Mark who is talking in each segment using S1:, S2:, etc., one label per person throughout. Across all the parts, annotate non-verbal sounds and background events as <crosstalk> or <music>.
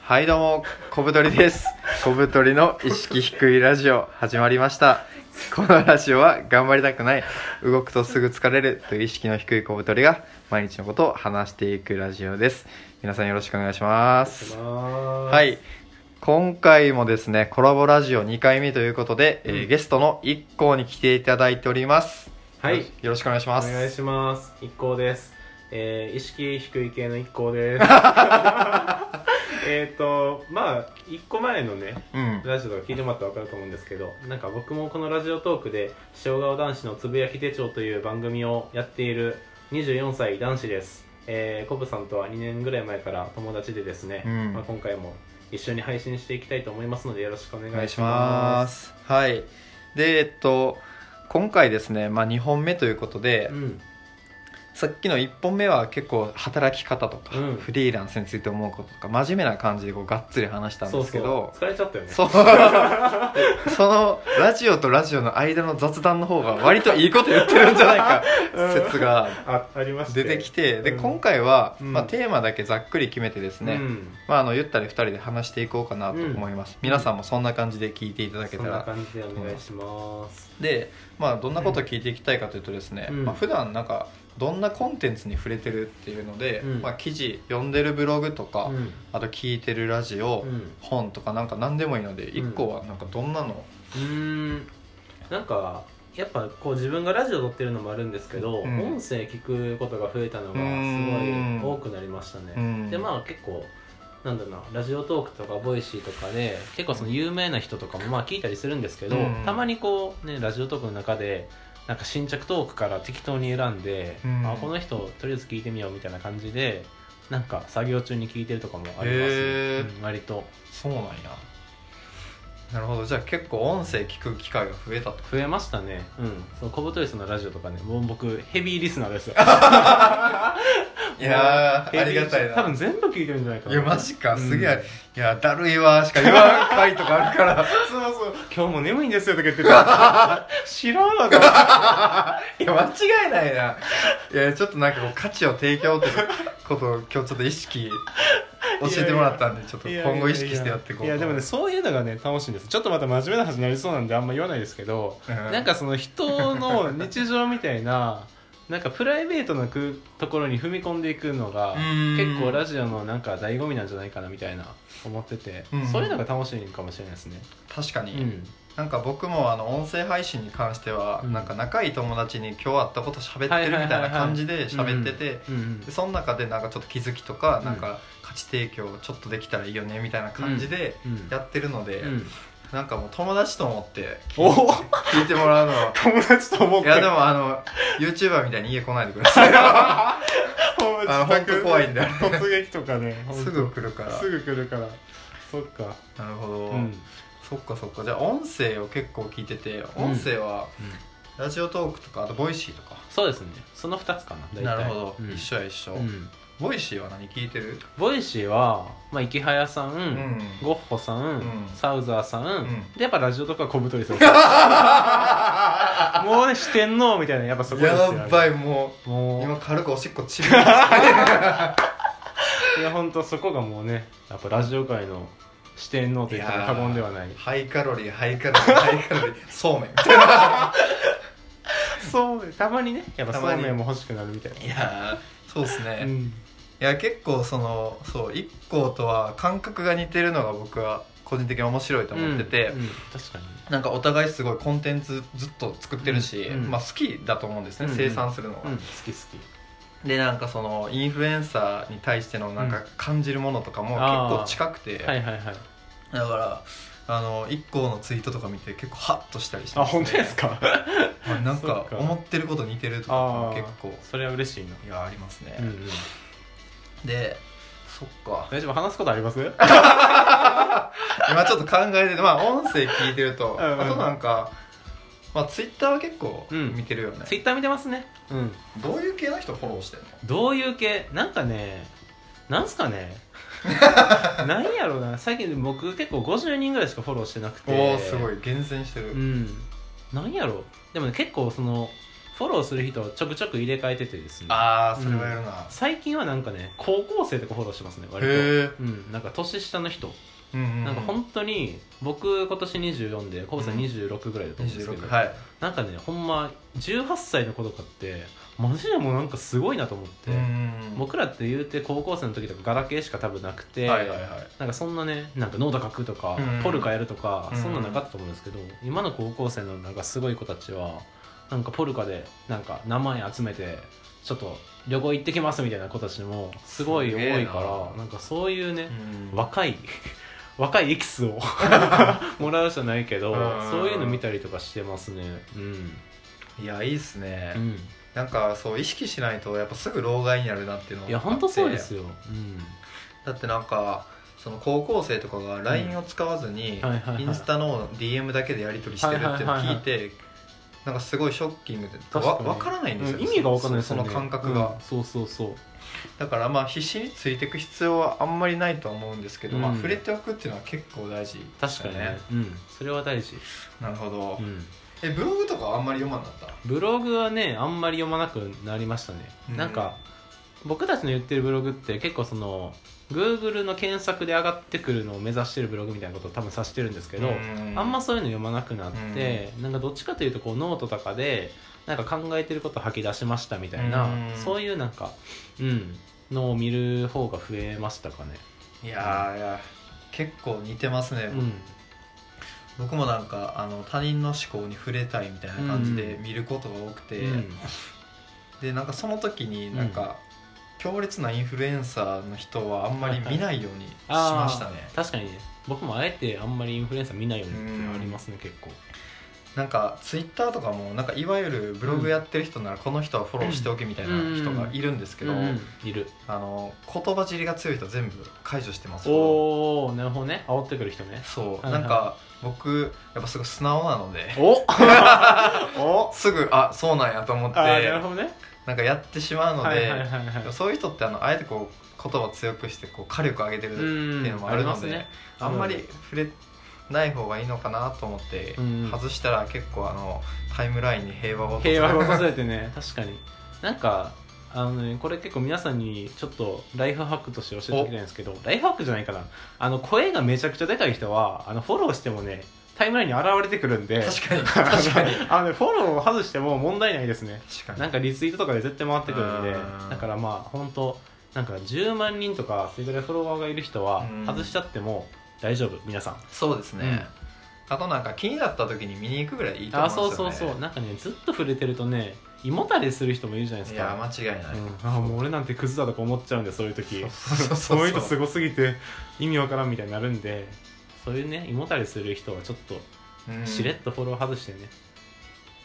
S1: はいどうも、小太り
S2: <laughs>
S1: です。小太りの意識低いラジオ始まりました。このラジオは頑張りたくない、動くとすぐ疲れるという意識の低い小太りが毎日のことを話していくラジオです。皆さんよろしくお願いします。
S2: は
S1: はい。今回もですね、コラボラジオ2回目ということで、えー
S2: うん
S1: ゲストの一行に来ていただいております。
S2: はい
S1: よろしくお願いし
S2: お
S1: ます。
S2: 願いします一行ですえー、意識低い系の一行です
S1: <laughs>
S2: えっとまあ一個前のね
S1: うん。
S2: ラジオとか聞いてもらったら分かると思うんですけどなんか僕もこのラジオトークで「塩顔男子のつぶやき手帳」という番組をやっている24歳男子ですえー、コブさんとは2年ぐらい前から友達でですね、
S1: うん
S2: まあ、今回も一緒に配信していきたいと思いますのでよろしくお願
S1: お願い
S2: いし
S1: しま
S2: ます
S1: す。はい。で、えっと、今回ですね、まあ、2本目ということで、
S2: うん
S1: さっきの1本目は結構働き方とか、
S2: うん
S1: フリーランスについて思うこととか、真面目な感じでこうがっつり話したんですけど、
S2: そうそう疲れちゃったよね
S1: そう <laughs> そのラジオとラジオの間の雑談の方が割といいこと言ってるんじゃないか
S2: うん
S1: 説が
S2: あありました
S1: 出てきてで
S2: うん
S1: 今回は、
S2: うん
S1: まあ、テーマだけざっくり決めてですね、
S2: うん、
S1: まあ、あのゆったり2人で話していこうかなと思います、皆さんもそんな感じで聞いていただけ
S2: そ
S1: た
S2: んな
S1: ら
S2: 感じでお願いします、
S1: で、まあ、どんなことを聞いていきたいかというとですね、
S2: うん
S1: まあ、普段なんかどんなコンテンツに触れてるっていうので、
S2: うん
S1: まあ、記事読んでるブログとか、
S2: うん
S1: あと聞いてるラジオ、
S2: うん
S1: 本とかなんか何でもいいので
S2: うん
S1: 1個はなんかどんなの、
S2: うーんなんかやっぱこう自分がラジオ撮ってるのもあるんですけど、
S1: うん
S2: 音声聞くことが増えたのが
S1: うん
S2: すごい多くなりましたね、
S1: うん
S2: でまあ結構なんだろうなラジオトークとかボイシーとかで結構その有名な人とかもまあ聞いたりするんですけど、
S1: うん
S2: たまにこうねラジオトークの中でなんか新着トークから適当に選んで、
S1: うん
S2: あこの人とりあえず聞いてみようみたいな感じでなんか作業中に聞いてるとかもあります、
S1: へー
S2: うん割と
S1: そうなんやなるほどじゃあ結構音声聞く機会が増え
S2: <laughs>
S1: たと
S2: 増えましたねうんそう小太りさんのラジオとかねもう僕ヘビーリスナ
S1: <laughs>
S2: ーですよ
S1: いやー
S2: もう
S1: ありがたいな
S2: 多分全部聞いてるんじゃないか
S1: い
S2: な
S1: やマジか
S2: うん
S1: すげえ、いやだるいわーしか言わん回とかあるから
S2: そうそう今日も眠いんですよとか言っ
S1: <laughs>
S2: てた知らんわと思って
S1: いや間違いないないやちょっとなんかこう価値を提供ってことを今日ちょっと意識教えてもらったんでちょっと今後意識してやっていこう
S2: い
S1: い
S2: やでもねそういうのがね楽しいんですちょっとまた真面目な話になりそうなんであんま言わないですけど、なんかその人の日常みたいな <laughs> なんかプライベートなくところに踏み込んでいくのが結構ラ
S1: ジ
S2: ジオのなんか醍醐味なんじゃないかなみたいな思ってて、
S1: うん
S2: そういうのが楽しいかもしれないですね、
S1: 確か
S2: う
S1: に、
S2: ん、
S1: なんか僕もあの音声配信に関しては、
S2: うん
S1: なんか仲いい友達に今日会ったこと喋ってるみたいな感じで喋ってて、
S2: うんうん
S1: でその中でなんかちょっと気づきとか、
S2: うん
S1: なんか価値提供ちょっとできたらいいよねみたいな感じで
S2: うん
S1: やってるので、
S2: うん
S1: なんかもう友達と思って聞い
S2: お
S1: 聞いてもらうのは
S2: 友達と思っ
S1: い
S2: て
S1: やでもあの YouTuber みたいに家来ないでください
S2: <laughs>
S1: あ
S2: ほんま
S1: の本当怖いんだよ
S2: 突撃とかね
S1: すぐ来るから
S2: すぐ来るからそっか
S1: なるほど、
S2: うん
S1: そっかそっかじゃあ音声を結構聞いてて音声はラジオトークとかあとボイシーとか
S2: そうですねその2つかな大体
S1: なるほど、
S2: うん
S1: 一緒や一緒、
S2: うん
S1: ボイシーは何聞いてる
S2: ボイシーは、まあ、池早さん、
S1: うん
S2: ゴッホさん、
S1: うん
S2: サウザーさん、
S1: ん
S2: でやっぱラジオとか小太り
S1: <laughs>
S2: さんもうね四天王みたいなやっぱそこですよ
S1: やっばいもう
S2: もう
S1: 今軽くおしっこちびりま
S2: いや本当そこがもうねやっぱラジオ界の四天王と
S1: し
S2: <laughs> いったたら過言ではな
S1: <laughs>
S2: い
S1: やーハイカロリーハイカロリーハイカロリーそうめんみたいな
S2: そうねたまにねやっぱ
S1: た
S2: そ
S1: まに
S2: うめんも欲しくなるみたい <laughs>
S1: いやーそうですね、
S2: なう
S1: い
S2: ん
S1: や結構そのそう一個とは感覚が似てるのが僕は個人的に面白いと思ってて、
S2: うんうん確かに
S1: なんかお互いすごいコンテンツずっと作ってるし、
S2: うんうん
S1: まあ、好きだと思うんですね、
S2: うんうん
S1: 生産するのが、
S2: うん好き好
S1: でなんかそのインフルエンサーに対してのなんか感じるものとかも結構近くて、
S2: きはいはいはい
S1: だからあの一行のツイートとか見て結構ハッとしたりして
S2: あ
S1: ますね
S2: 本当
S1: <laughs>
S2: ですか
S1: はいなんか
S2: そっか
S1: 思ってること似てるとか
S2: ああ
S1: 結構
S2: それは嬉しいない
S1: やありますね、
S2: うんうん
S1: でそっか
S2: 大丈夫話すことあります
S1: 今ちょっと考えててまあ音声聞いてると
S2: うんうん
S1: あとなんかまあツイッターは結構
S2: うん
S1: 見てるよね、
S2: ツイッター見てますねうん
S1: どういう系の人フォローしてんの
S2: どういう系なんかねなんすか <laughs> ねなんやろうな最近僕結構50人ぐらいしかフォローしてなくて
S1: おおすごい厳選してる、
S2: うんなんやろうでもね結構そのフォローする人をちょくちょく入れ替えててですね
S1: ああそれはやるな、
S2: 最近はなんかね高校生とかフォローしてますね割と
S1: へえ
S2: うん、なんか年下の人、
S1: うんうん、
S2: なんか本当に僕今年24でコブさん26ぐらいだと思うんですけど、
S1: 26はい
S2: なんかねほんま18歳の子とかってマジでもうなんかすごいなと思って、
S1: うん
S2: 僕らって言うて高校生の時とかガラケーしか多分なくて、
S1: はいはいはい
S2: なんかそんなねなんかノート書くとか、
S1: うん
S2: ポルカやるとか、
S1: うん
S2: そんなのなかったと思うんですけど今の高校生のなんかすごい子たちはなんかポルカでなんか名前集めてちょっと旅行行ってきますみたいな子たちもすごい多
S1: す
S2: いか
S1: げ
S2: ら
S1: えな
S2: なんかそういうね、
S1: うん
S2: 若い <laughs> 若いエ
S1: <laughs>
S2: キスをもらうじゃないけど、
S1: うん
S2: そういうの見たりとかしてますねうん、
S1: いやいいっすね、
S2: うん、
S1: なんかそう意識しないとやっぱすぐ老害になるなっていうのが
S2: いや
S1: あって
S2: 本当そうですよ、うん、
S1: だってなんかその高校生とかが LINE を使わずに、
S2: はいはいはい
S1: インスタの DM だけでやり取りしてるっていうのを聞いて、なんかすごいショッキングでわ分からないんですよ、
S2: う意味が分からないです
S1: そ
S2: よね
S1: の感覚が、
S2: うんそうそうそう
S1: だからまあ必死についていく必要はあんまりないとは思うんですけど、まあ、
S2: うん
S1: 触れておくっていうのは結構大事だ
S2: 確かにねうん、それは大事、
S1: なるほど、
S2: うん、
S1: えブログとかはあんまり読まんなかった
S2: ブログはねあんまり読まなくなりましたね、
S1: うん
S2: なんか僕たちの言ってるブログって結構その Google の検索で上がってくるのを目指してるブログみたいなことを多分指してるんですけど、あんまそういうの読まなくなって、なんかどっちかというとこうノートとかでなんか考えてること吐き出しましたみたいな、
S1: うん
S2: そういうなんかうんのを見る方が増えましたかね
S1: いやーいや結構似てますね、
S2: うん
S1: 僕もなんかあの他人の思考に触れたいみたいな感じで
S2: うん
S1: 見ることが多くて、
S2: うん
S1: でなんかその時になんか、強烈なインフルエンサーの人はあんまり見ないようにしましたね、
S2: あー確かにね僕もあえてあんまりインフルエンサー見ないようにってありますね結構
S1: なんかツイッターとかもなんかいわゆるブログやってる人ならこの人はフォローしておけみたいな人がいるんですけど、
S2: うんいる
S1: あの言葉尻が強い人は全部解除してます
S2: おおなるほどね煽ってくる人ね
S1: そう
S2: はいは
S1: ないんか僕やっぱすごい素直なので
S2: <laughs> おお
S1: すぐあそうなんやと思って
S2: あーなるほどね
S1: なんかやってしまうので、
S2: はいはいはいはい
S1: でもそういう人ってあのあえてこう言葉を強くしてこう火力を上げてるっていうのもあるので、
S2: うんありますね
S1: あんまり触れない方がいいのかなと思って、
S2: うん
S1: 外したら結構あのタイムラインに平和を
S2: 平和が
S1: 訪
S2: 訪
S1: れ
S2: れてね確かになんかあの、ね、これ結構皆さんにちょっとライフハックとして教えていただきたいんですけどライフハックじゃないかなあの声がめちゃくちゃでかい人はあのフォローしてもねタイムラインに現れてくるんで
S1: 確
S2: <laughs>
S1: かに確かに
S2: あのねフォローを外しても問題ないですね
S1: 確か
S2: な
S1: に
S2: んかリツイートとかで絶対回ってくるんで
S1: うん
S2: だからまあ本当なんか10万人とかそれぐらいフォロワーがいる人は
S1: うん
S2: 外しちゃっても大丈夫皆さん
S1: そうですね、あとなんか気になった時に見に行くぐらいいいと
S2: あ
S1: 思う
S2: そ
S1: ん
S2: う
S1: ですよ
S2: そ
S1: ね
S2: うそうなんかねずっと触れてるとね胃もたれする人もいるじゃないです
S1: い
S2: か
S1: や間違いない、
S2: うん、あもう俺なんてクズだとか思っちゃうんでそういう時
S1: そうそうそうそう
S2: そういう人すごすぎて意味わからんみたいになるんでそういうね胃もたれする人はちょっと
S1: うん
S2: しれっとフォロー外してね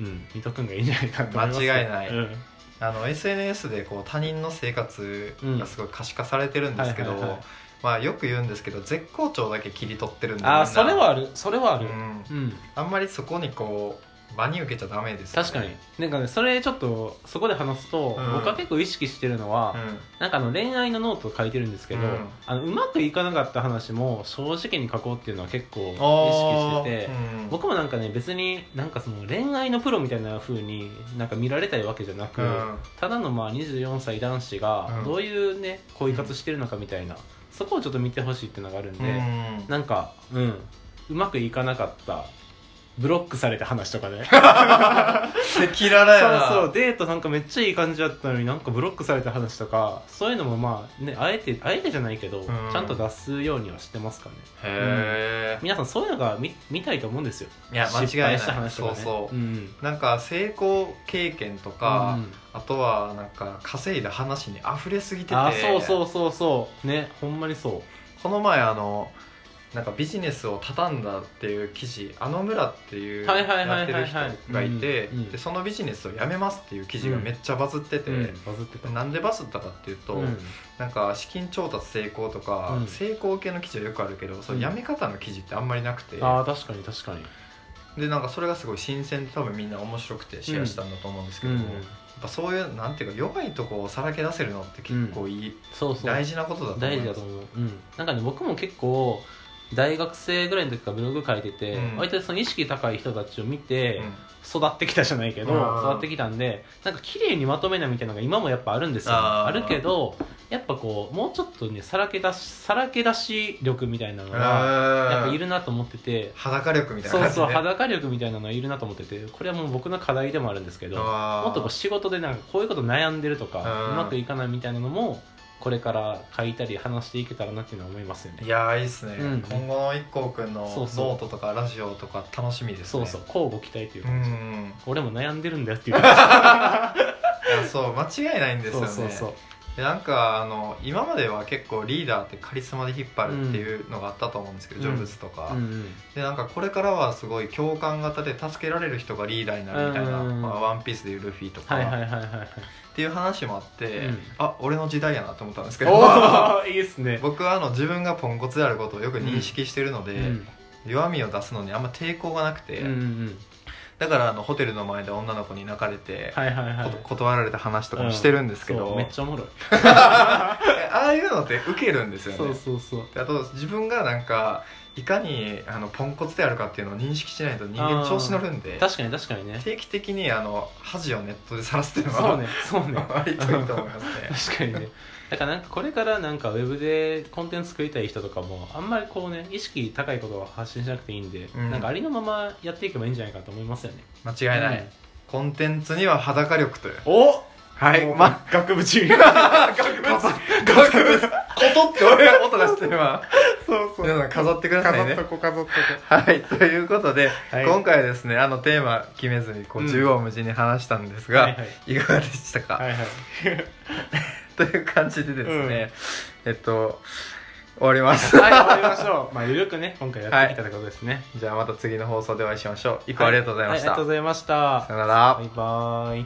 S2: うん見とくんがいいんじゃないかなと思います
S1: 間違いない
S2: うん
S1: あの SNS でこう他人の生活がすごい可視化されてるんですけど、
S2: うんはいはいはい
S1: まあよく言うんですけど絶好調だけ切り取ってるんで
S2: あー
S1: みんな
S2: それはあるそれはあ
S1: う
S2: る
S1: ん
S2: うん、
S1: あんまりそこにこう場に受けちゃダメですよね
S2: 確かになんかねそれちょっとそこで話すと、
S1: うん
S2: 僕は結構意識してるのは、なんかあの恋愛のノートを書いてるんですけど、
S1: う
S2: うんあのうまくいかなかった話も正直に書こうっていうのは結構意識
S1: うん、
S2: してて、
S1: うん
S2: 僕もなんかね別になんかその恋愛のプロみたいな風になんか見られたいわけじゃなく、
S1: うん
S2: ただのまあ24歳男子が
S1: うん
S2: どういうね恋活してるのかみたいな、そこをちょっと見てほしいっていうのがあるんで、
S1: うん
S2: なんかうんうまくいかなかったブロックされた話と
S1: <laughs>
S2: かね
S1: 赤裸々やな
S2: そうそうデートなんかめっちゃいい感じだったのになんかブロックされた話とかそういうのもまあねあえてあえてじゃないけど、
S1: ん
S2: ちゃんと出すようにはしてますかね
S1: へえ、
S2: 皆さんそういうのが見見たいと思うんですよ
S1: いや間違い
S2: 失
S1: ない
S2: 敗した話とかね
S1: そうそう、
S2: ん
S1: なんか成功経験とか、
S2: うん
S1: あとはなんか稼いだ話に溢れすぎてて
S2: あそうそうそうそうねほんまにそ
S1: この前あのなんかビジネスを畳んだっていう記事あの村っていう
S2: はいはいはい
S1: や
S2: は
S1: っ
S2: い
S1: て
S2: はい
S1: る人がいて
S2: うんうん
S1: でそのビジネスをやめますっていう記事がめっちゃバズって
S2: う、
S1: て、
S2: うん、バズってた
S1: なんでバズったかっていうと、
S2: うん
S1: なんか資金調達成功とか、
S2: うん
S1: 成功系の記事はよくあるけどそうの
S2: ん
S1: 辞め方の記事ってあんまりなくて、
S2: あー確かに確かに
S1: でなんかそれがすごい新鮮で多分みんな面白くてシェアしたんだと思うんですけど、
S2: うん
S1: やっぱそういうなんていうか弱いとこをさらけ出せるのって結構いい、
S2: そうそう
S1: 大事なことだと思い
S2: 大
S1: ます
S2: 事だと思う、うん、なんかね僕も結構大学生ぐらいの時からブログ書いてて、
S1: うん
S2: 割とその意識高い人たちを見て、育ってきたじゃないけど、
S1: うん
S2: 育ってきたんでなんか綺麗にまとめないみたいなのが今もやっぱあるんですよ
S1: あー
S2: あるけどやっぱこうもうちょっとねさらけ出しさらけ出し力みたいなのがやっぱいるなと思ってて
S1: 裸力みたいな
S2: そう
S1: 感じ、ね、
S2: そう裸力みたいなのはいるなと思っててこれはもう僕の課題でもあるんですけども
S1: あー
S2: っとこう仕事でなんかこういうこと悩んでるとか
S1: うん
S2: うまくいかないみたいなのもこれから書いたり話していけたらなっていうのは思いますよね
S1: いやーいいっすね、
S2: うん
S1: 今後の一光くんのノ
S2: そうそう
S1: ートとかラジオとか楽しみですね
S2: そうそう交互期待という
S1: う
S2: 感じ
S1: ん
S2: 俺も悩んでるんだよっていう感
S1: いやそう間違いないんで
S2: じ
S1: すよ
S2: そう
S1: ね
S2: そうそう
S1: でなんかあの今までは結構リーダーってカリスマで引っ張るっていうのがあったと思うんですけど、
S2: うん
S1: ジョブズとか、
S2: うんうん
S1: でなんかこれからはすごい共感型で助けられる人がリーダーになるみたいな「
S2: うん
S1: まあ、ワンピースでいうルフィとか、
S2: はいはいはいは
S1: <laughs>
S2: いはい
S1: っていう話もあって、
S2: うん
S1: あ俺の時代やなと思ったんですけど
S2: お <laughs> おいいですね。
S1: 僕はあの自分がポンコツであることをよく認識してるので、
S2: うん
S1: 弱みを出すのにあんま抵抗がなくて、
S2: うんうん
S1: だからあのホテルの前で女の子に泣かれて、
S2: はいはいはい。
S1: こと断られた話とかもしてるんですけ
S2: そ
S1: ど、
S2: うめっちゃおもろい。
S1: えああいうのってウケるんですよね
S2: そうそうそう。
S1: であと自分がなんかいかにあのポンコツであるかっていうのを認識しないと人間調子乗るんで
S2: 確かに確
S1: <laughs>
S2: かにね。
S1: 定期的にあの恥をネットで晒すっていうのは <laughs>
S2: そうねそうね。
S1: 割といいと思いますね
S2: 確かにね。だからなんかこれからなんかウェブでコンテンツ作りたい人とかもあんまりこうね意識高いことを発信しなくていいんで、
S1: うん
S2: なんかありのままやっていけばいいんじゃないかと思いますよね。
S1: 間違いない、
S2: うん
S1: コンテンツには裸力という <laughs>
S2: お
S1: はい
S2: もう
S1: ま
S2: 学部中
S1: 学部学部ことって俺が音出して今
S2: そうそ
S1: 皆さん飾ってくださいね
S2: こ飾っとこ。
S1: はいということで、
S2: はい
S1: 今回はですねあのテーマ決めずにこう
S2: うん
S1: 縦横無尽に話したんですが、
S2: はい
S1: い
S2: はい
S1: かがでしたか、
S2: はいはい。
S1: という感じでですね、えっと終わります
S2: はい終わりましょう。 <laughs> まあゆるくね今回やってきたってことですね。
S1: じゃあまた次の放送でお会いしましょう以降ありがとうございました、
S2: はいありがとうございました。
S1: さよなら、
S2: バイバイ。